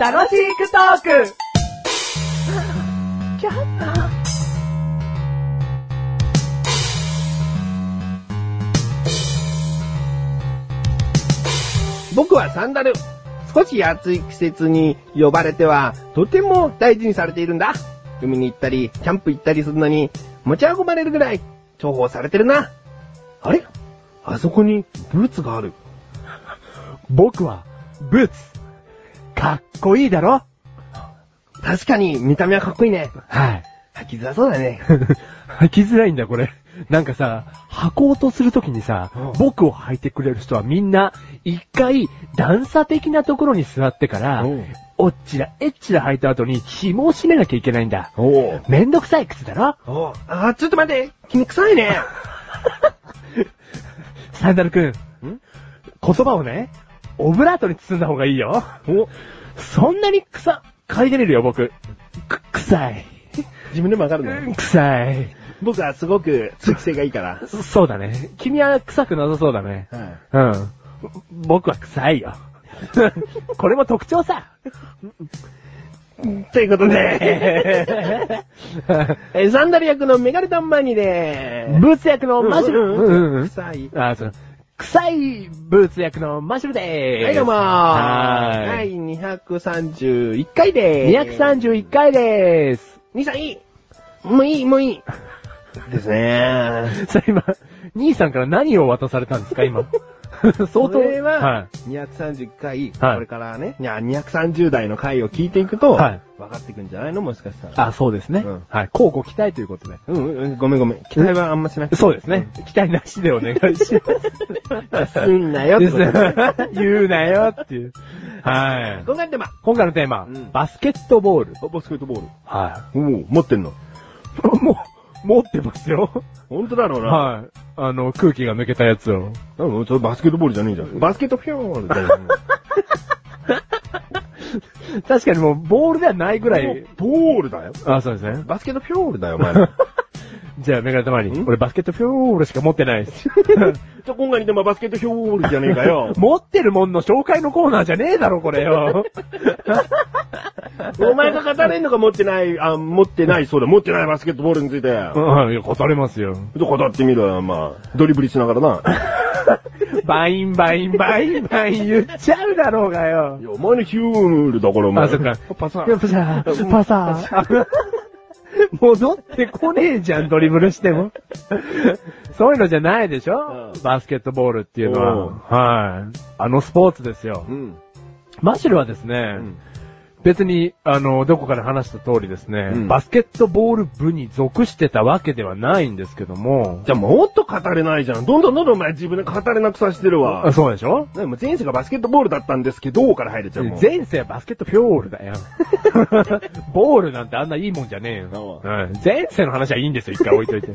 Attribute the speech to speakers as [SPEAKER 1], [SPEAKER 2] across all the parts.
[SPEAKER 1] 楽しくトーク
[SPEAKER 2] 僕はサンダル。少し暑い季節に呼ばれては、とても大事にされているんだ。海に行ったり、キャンプ行ったりするのに、持ち運ばれるぐらい重宝されてるな。あれあそこにブーツがある。
[SPEAKER 3] 僕は、ブーツ。かっこいいだろ
[SPEAKER 2] 確かに見た目はかっこいいね。
[SPEAKER 3] はい。
[SPEAKER 2] 履きづらそうだね。
[SPEAKER 3] 履きづらいんだ、これ。なんかさ、履こうとするときにさ
[SPEAKER 2] うん、
[SPEAKER 3] 僕を履いてくれる人はみんな、一回、段差的なところに座ってから、おっちら、えっちら履いた後に紐を締めなきゃいけないんだ。
[SPEAKER 2] おお
[SPEAKER 3] めんどくさい靴だろ
[SPEAKER 2] おうあー、ちょっと待って。君臭いね。
[SPEAKER 3] サンダルくん。言葉をね、オブラートに包んだ方がいいよ。
[SPEAKER 2] お、
[SPEAKER 3] そんなに草、嗅いでみるよ、僕。く、臭い。
[SPEAKER 2] 自分でもわかる
[SPEAKER 3] う
[SPEAKER 2] ね
[SPEAKER 3] ん。臭い。
[SPEAKER 2] 僕はすごく通気性がいいから。
[SPEAKER 3] そそうだね。君は臭くなさそうだね。
[SPEAKER 2] はい
[SPEAKER 3] うん。僕は臭いよ。これも特徴さ。
[SPEAKER 2] ということ で、えサンダル役のメガネタンマーニでーす。
[SPEAKER 3] ブーツ役のマシュル。
[SPEAKER 2] うんうんうん
[SPEAKER 3] うんうん
[SPEAKER 2] 臭い。
[SPEAKER 3] あそう臭いブーツ役のマシュルでーす。
[SPEAKER 2] はい、どうもー。
[SPEAKER 3] はーい。
[SPEAKER 2] 231回でーす。
[SPEAKER 3] 231回でーす。
[SPEAKER 2] 2歳いいもういい、もういい。ですね
[SPEAKER 3] さあ今、兄さんから何を渡されたんです か、今。相当。
[SPEAKER 2] それは、
[SPEAKER 3] はい。
[SPEAKER 2] 230回、
[SPEAKER 3] はい
[SPEAKER 2] これからね、いや230代の回を聞いていくと、
[SPEAKER 3] はい
[SPEAKER 2] 分かっていくんじゃないのもしかしたら。
[SPEAKER 3] あ、そうですね。
[SPEAKER 2] うん
[SPEAKER 3] はい。交互期待ということで。
[SPEAKER 2] うんうんうん、ごめんごめん。期待はあんましなくて。
[SPEAKER 3] そうですね。期待なしでお願いします。
[SPEAKER 2] すんなよって
[SPEAKER 3] で
[SPEAKER 2] こ
[SPEAKER 3] す
[SPEAKER 2] とで
[SPEAKER 3] ね。言うなよっていう。はい。
[SPEAKER 2] 今回のテーマ、
[SPEAKER 3] 今回のテーマ、
[SPEAKER 2] うん
[SPEAKER 3] バスケットボール。
[SPEAKER 2] バスケットボール。
[SPEAKER 3] は
[SPEAKER 2] おお、持ってんの
[SPEAKER 3] い。もう、持ってますよ。
[SPEAKER 2] 本当だろうな。
[SPEAKER 3] はい。あの、空気が抜けたやつを。
[SPEAKER 2] なのそれバスケットボールじゃねえじゃん。バスケットピョーンだよ。
[SPEAKER 3] 確かにもう、ボールではないぐらい。
[SPEAKER 2] ボールだよ。
[SPEAKER 3] あ、そうですね。
[SPEAKER 2] バスケットピョールだよ、お前 ら。
[SPEAKER 3] じゃあ、メガネたまに。
[SPEAKER 2] ん
[SPEAKER 3] 俺、バスケットフィールしか持ってないです。。
[SPEAKER 2] じゃ、今回にでもバスケットピョールじゃねえかよ
[SPEAKER 3] 持ってるもんの紹介のコーナーじゃねえだろ、これよ。
[SPEAKER 2] お前が語れんのか持ってない、あ、持ってない、そうだ、持ってないバスケットボールについて。
[SPEAKER 3] うん、いや、語れますよ。
[SPEAKER 2] ちょっと語ってみろよ、まあ。ドリブリしながら な。
[SPEAKER 3] バインバインバインバイン言っちゃうだろうがよ
[SPEAKER 2] い。や、お前のヒュールだから、お前。
[SPEAKER 3] あそっか
[SPEAKER 2] パサ
[SPEAKER 3] やっぱさ、パサー。 戻ってこねえじゃん、ドリブルして も。そういうのじゃないでしょ、
[SPEAKER 2] うん
[SPEAKER 3] バスケットボールっていうの
[SPEAKER 2] おう
[SPEAKER 3] は。はい。あのスポーツですよ
[SPEAKER 2] う。ん。
[SPEAKER 3] マシュルはですね、
[SPEAKER 2] ん
[SPEAKER 3] 別に、あの、どこかで話した通りですね、
[SPEAKER 2] うん
[SPEAKER 3] バスケットボール部に属してたわけではないんですけども、
[SPEAKER 2] じゃ、もっと語れないじゃん。どんどんどんどんお前自分で語れなくさしてる
[SPEAKER 3] あ
[SPEAKER 2] わ。
[SPEAKER 3] そうでしょ
[SPEAKER 2] ねもう前世がバスケットボールだったんですけど、から入れちゃうもん。
[SPEAKER 3] 前世はバスケットフィョール だよ。ボールなんてあんないいもんじゃねえよ。
[SPEAKER 2] う
[SPEAKER 3] うん前世の話はいいんですよ、一回置いといて。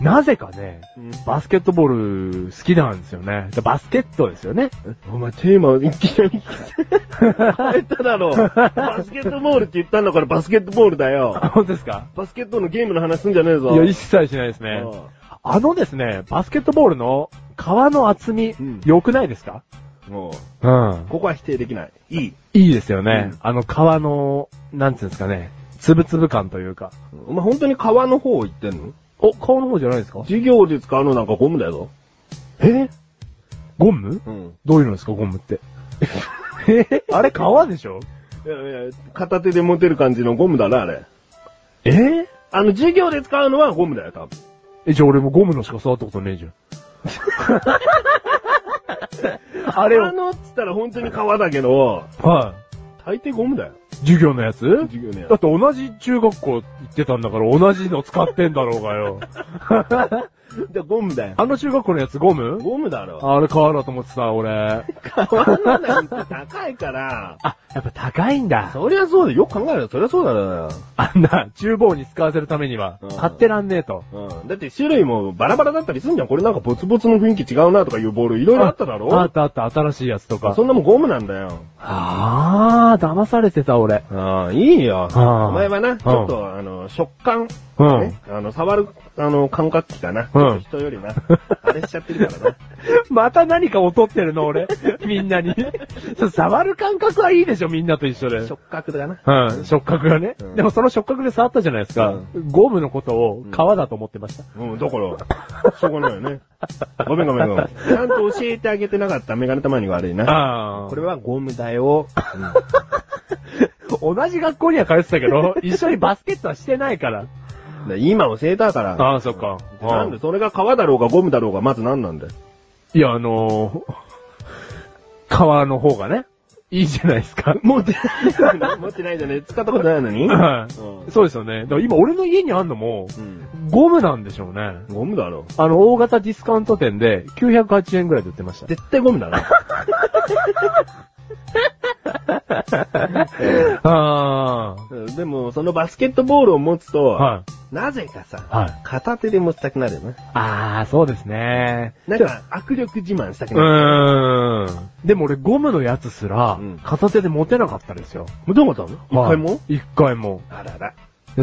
[SPEAKER 3] なぜかね、
[SPEAKER 2] うん
[SPEAKER 3] バスケットボール好きなんですよね。バスケットですよね。
[SPEAKER 2] お前テーマ、いき なり変えただろ。バスケットボールって言ったんだからバスケットボールだよ。
[SPEAKER 3] あ本当ですか
[SPEAKER 2] バスケットのゲームの話すんじゃねえぞ。
[SPEAKER 3] いや、一切しないですね。
[SPEAKER 2] うん
[SPEAKER 3] あのですね、バスケットボールの皮の厚み
[SPEAKER 2] うん、
[SPEAKER 3] 良、くないですか
[SPEAKER 2] もう、
[SPEAKER 3] うん。
[SPEAKER 2] ここは否定できない。いい。
[SPEAKER 3] いいですよね。
[SPEAKER 2] うん
[SPEAKER 3] あの皮の、なんつうんですかね、つぶつぶ感というか。
[SPEAKER 2] お前本当に川の方行ってんの
[SPEAKER 3] お、皮の方じゃないですか
[SPEAKER 2] 授業で使うのなんかゴムだよ。
[SPEAKER 3] えゴム
[SPEAKER 2] うん。
[SPEAKER 3] どういうのですか、ゴムって。え あれ、皮でしょ
[SPEAKER 2] いやいや、片手で持てる感じのゴムだな、あれ。
[SPEAKER 3] え
[SPEAKER 2] あの、授業で使うのはゴムだよ、多分。
[SPEAKER 3] え、じゃあ俺もゴムのしか触ったことねえじゃん。 あれ
[SPEAKER 2] 川
[SPEAKER 3] を、
[SPEAKER 2] のっつったら本当に川だけど、
[SPEAKER 3] は
[SPEAKER 2] 大抵ゴムだよ。
[SPEAKER 3] い。授業のやつ
[SPEAKER 2] 授業ね
[SPEAKER 3] だ。って同じ中学校行ってたんだから同じの使ってんだろうがよ。
[SPEAKER 2] じゃ、ゴムだよ。
[SPEAKER 3] あの中学校のやつゴム
[SPEAKER 2] ゴムだろ。
[SPEAKER 3] あれ皮だと思ってた、俺。
[SPEAKER 2] 川のなんて高いから、
[SPEAKER 3] あ、やっぱ高いんだ。
[SPEAKER 2] そりゃそうだよ。よく考えろよ。そりゃそうだろ
[SPEAKER 3] あんな、厨房に使わせるためには
[SPEAKER 2] うん、
[SPEAKER 3] 買ってらんねえと。
[SPEAKER 2] うよ。うん。だって種類もバラバラだったりすんじゃん。これなんかボツボツの雰囲気違うなとかいうボールいろいろあっただろ
[SPEAKER 3] あったあった、新しいやつとか。
[SPEAKER 2] そんなもんゴムなんだよ。
[SPEAKER 3] ああ、騙されてた、俺。
[SPEAKER 2] ああ、いいよ。
[SPEAKER 3] ああ
[SPEAKER 2] お前はな、ちょっと、あの、食感、
[SPEAKER 3] うん
[SPEAKER 2] ねあの、触る、あの、感覚器かな。
[SPEAKER 3] うん
[SPEAKER 2] ちょっと人よりな、あれしちゃってるからな。
[SPEAKER 3] また何か劣ってるの、俺。 みんなに。そう触る感覚はいいでしょ、みんなと一 緒で。
[SPEAKER 2] 触覚だな。
[SPEAKER 3] うん、触覚がね、
[SPEAKER 2] うん
[SPEAKER 3] でもその触覚で触ったじゃないですか。ゴムのことを皮だと思ってました。
[SPEAKER 2] うん、だから、しょうがないよね。ごめんごめんごめん。ちゃんと教えてあげてなかったメガネたまに悪いな。
[SPEAKER 3] ああ。
[SPEAKER 2] これはゴムだよ。
[SPEAKER 3] 同じ学校には通ってたけ ど、一緒にバスケットはしてないから。
[SPEAKER 2] で今教えたから。
[SPEAKER 3] ああ、そっか。
[SPEAKER 2] でなんで、それが革だろうがゴムだろうが、まず何なんだよ。
[SPEAKER 3] いや、あのー、皮の方がね、いいじゃないですか。
[SPEAKER 2] 持っ てない。 持ってないじゃない。使ったことないのに。
[SPEAKER 3] はいそうですよね。だから今俺の家にあんのも、
[SPEAKER 2] うん。
[SPEAKER 3] ゴムなんでしょうね。
[SPEAKER 2] ゴムだろ。
[SPEAKER 3] あの、大型ディスカウント店で980円ぐらいで売ってました。
[SPEAKER 2] 絶対ゴムだな。
[SPEAKER 3] あ
[SPEAKER 2] うんでも、そのバスケットボールを持つと、
[SPEAKER 3] あ。はい。
[SPEAKER 2] なぜかさ、
[SPEAKER 3] はい
[SPEAKER 2] 片手で持ちたくなるよね。
[SPEAKER 3] ああ、そうですね。
[SPEAKER 2] なんか、握力自慢したく
[SPEAKER 3] う
[SPEAKER 2] なる。
[SPEAKER 3] ーん。でも俺、ゴムのやつすら
[SPEAKER 2] うん、
[SPEAKER 3] 片手で持てなかったですよ。
[SPEAKER 2] もうどうだったの一
[SPEAKER 3] はい
[SPEAKER 2] 回も
[SPEAKER 3] 一回も。
[SPEAKER 2] あらら。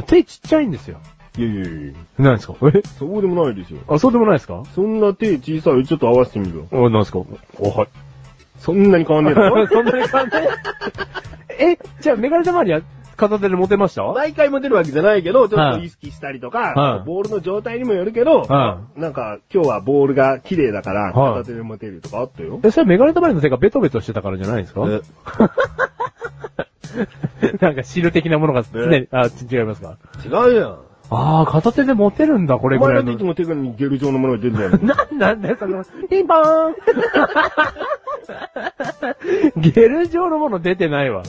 [SPEAKER 3] 手ちっちゃいんですよ。
[SPEAKER 2] いやいやいや
[SPEAKER 3] 何ですかえ
[SPEAKER 2] そうでもないですよ。
[SPEAKER 3] あ、そうでもないですか
[SPEAKER 2] そんな手小さいちょっと合わせてみるよ。
[SPEAKER 3] お、何ですかお、はい。
[SPEAKER 2] そんなに変 わんねえだろ
[SPEAKER 3] そんなに簡単 え、じゃあメガネ玉には片手で持てました
[SPEAKER 2] 毎回も出るわけじゃないけど、ちょっ
[SPEAKER 3] は
[SPEAKER 2] と
[SPEAKER 3] い
[SPEAKER 2] 意識したりと
[SPEAKER 3] は
[SPEAKER 2] か
[SPEAKER 3] い、
[SPEAKER 2] ボールの状態にもよるけど、
[SPEAKER 3] は
[SPEAKER 2] なんか今日はボールが綺麗だから、
[SPEAKER 3] はい
[SPEAKER 2] 片手で持てるとかあったよ。
[SPEAKER 3] え、それメガネ玉の手がベトベトしてたからじゃないですか
[SPEAKER 2] え
[SPEAKER 3] なんか汁的なものが常に、あ、ち違いますか
[SPEAKER 2] 違うよ。
[SPEAKER 3] ああ、片手で持てるんだ、これ
[SPEAKER 2] お
[SPEAKER 3] ぐ
[SPEAKER 2] 前
[SPEAKER 3] ら
[SPEAKER 2] だっ
[SPEAKER 3] い
[SPEAKER 2] てい
[SPEAKER 3] の
[SPEAKER 2] つ。も手にゲル状のものが出るじゃん。
[SPEAKER 3] なんなんだよ、その、ピンポーンゲル状のもの出てないわ。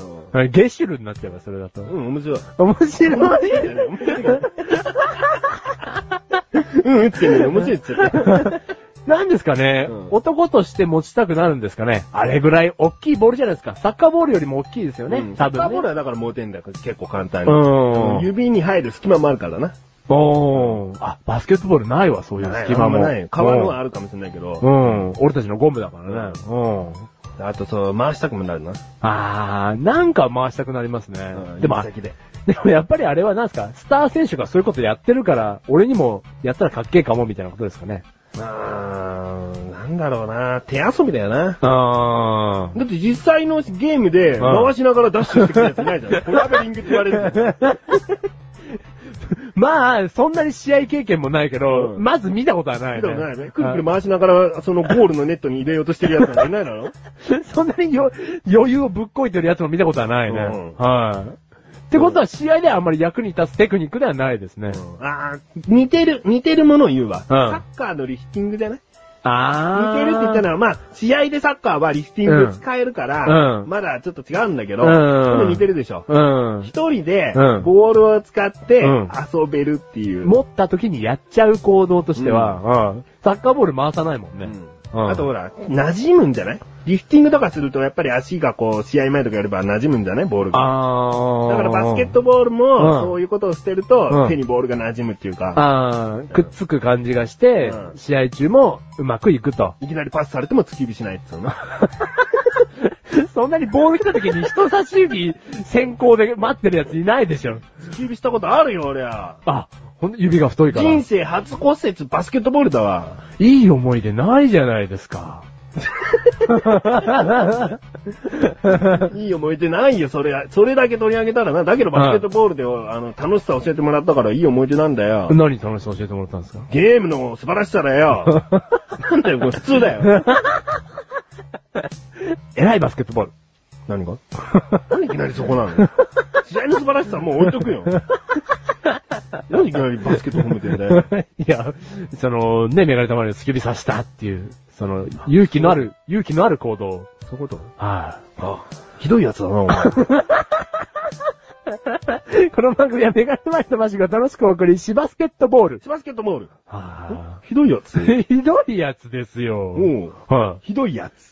[SPEAKER 3] ゲシュルになっちゃうわ、それだと。
[SPEAKER 2] うん、面白い。
[SPEAKER 3] 面白い。
[SPEAKER 2] 面白い。うん、打ってね、面白いっつって。
[SPEAKER 3] なんですかね、
[SPEAKER 2] うん
[SPEAKER 3] 男として持ちたくなるんですかねあれぐらい大きいボールじゃないですか。サッカーボールよりも大きいですよね。
[SPEAKER 2] うんサ
[SPEAKER 3] 多
[SPEAKER 2] ッカーボー
[SPEAKER 3] 分、
[SPEAKER 2] ル
[SPEAKER 3] ね。
[SPEAKER 2] はだから盲点だから結構簡単
[SPEAKER 3] う
[SPEAKER 2] に。
[SPEAKER 3] ん
[SPEAKER 2] うん指に入る隙間もあるからな。
[SPEAKER 3] おーあ、バスケットボールないわ、そういう隙間も。
[SPEAKER 2] あんまない。川のは
[SPEAKER 3] あ
[SPEAKER 2] あるかもしれないけ
[SPEAKER 3] う
[SPEAKER 2] ど。
[SPEAKER 3] ん。うん俺たちのゴムだからね。うん。
[SPEAKER 2] あとそう、回したくもなるな。
[SPEAKER 3] あー、なんか回したくなりますね。でも、あ
[SPEAKER 2] 指先で。
[SPEAKER 3] でもやっぱりあれはなんですか、スター選手がそういうことやってるから、俺にもやったらかっけえかも、みたいなことですかね。
[SPEAKER 2] あー、なんだろうな。手遊びだよな。
[SPEAKER 3] あー。
[SPEAKER 2] だって実際のゲームで回しながらダッシュしてくるやついないじゃん。トラベリングって言われるじゃん。
[SPEAKER 3] まあ、そんなに試合経験もないけど、
[SPEAKER 2] うん
[SPEAKER 3] まず見た ことはない
[SPEAKER 2] 見たこ
[SPEAKER 3] ね。
[SPEAKER 2] とないよね。くるくる回しながら、そのゴールのネットに入れようとしてるやつなんかいないだろ
[SPEAKER 3] そんなによ余裕をぶっこいてるやつも見たことはないね。
[SPEAKER 2] うん
[SPEAKER 3] はい。ってことは試合ではあんまり役に立つテクニックではないですね。
[SPEAKER 2] あー、似てる、似てるものを言うわ。
[SPEAKER 3] うん
[SPEAKER 2] サッカーのリフティングじゃない
[SPEAKER 3] あ
[SPEAKER 2] 似てるって言った
[SPEAKER 3] ら、
[SPEAKER 2] のは、まあ、試合でサッカーはリフティング使えるから、
[SPEAKER 3] うん
[SPEAKER 2] まだちょっと違うんだけど、
[SPEAKER 3] うん
[SPEAKER 2] でも似てるでしょ。
[SPEAKER 3] う
[SPEAKER 2] 一人で
[SPEAKER 3] うん、
[SPEAKER 2] ボールを使って
[SPEAKER 3] うん
[SPEAKER 2] 遊べるっていう。
[SPEAKER 3] ん。持った時にやっちゃう行動としては、うんサッカーボール回さないもんね。
[SPEAKER 2] うん
[SPEAKER 3] うん
[SPEAKER 2] あとほら、馴染むんじゃないリフティングとかすると、やっぱり足がこう、試合前とかやれば馴染むんじゃないボールが。
[SPEAKER 3] あ
[SPEAKER 2] だからバスケッ
[SPEAKER 3] ト。
[SPEAKER 2] トボール
[SPEAKER 3] うん
[SPEAKER 2] も、そういうことをしてる
[SPEAKER 3] う
[SPEAKER 2] と
[SPEAKER 3] ん、
[SPEAKER 2] 手にボールが馴染むっていうか、
[SPEAKER 3] ああ、くっつく感じがして、
[SPEAKER 2] うん
[SPEAKER 3] 試合中もうまくいくと。
[SPEAKER 2] いきなりパスされても突き火しないっていうの。
[SPEAKER 3] そんなにボール来た時に人差し指先行で待ってるやついないでしょ。
[SPEAKER 2] 突き火したことあるよ、俺は。
[SPEAKER 3] あ、ほんと指が太いから。
[SPEAKER 2] 人生初骨折バスケットボールだわ。
[SPEAKER 3] いい思い出ないじゃないです か。
[SPEAKER 2] いい思い出ないよ、それ。それだけ取り上げたらな。だけどバスケットボールで、あの、楽しさ教えてもらったからいい思い出なんだよ。
[SPEAKER 3] 何楽しそう教えてもらったんですか
[SPEAKER 2] ゲームの素晴らしさだよ。なんだよ、これ普通だよ。
[SPEAKER 3] 偉いバスケットボール。
[SPEAKER 2] 何が何いきなりそこなの試合の素晴らしさはもう置いとくよ。何いきなりバスケット褒めてんだよ。
[SPEAKER 3] いや、その、ね、メガネ玉に突き指さしたっていう、その、勇気のある、勇気のある行動。
[SPEAKER 2] そういうこと
[SPEAKER 3] は
[SPEAKER 2] あ、ひどいやつだな、お前。
[SPEAKER 3] い。 この番組はメガネ玉に魂が楽しくお送り、しバスケットボール。
[SPEAKER 2] バスケットボール。
[SPEAKER 3] は
[SPEAKER 2] ひどいやつ。
[SPEAKER 3] い。ひどいやつですよ。
[SPEAKER 2] おう
[SPEAKER 3] はい。
[SPEAKER 2] ひどいやつ。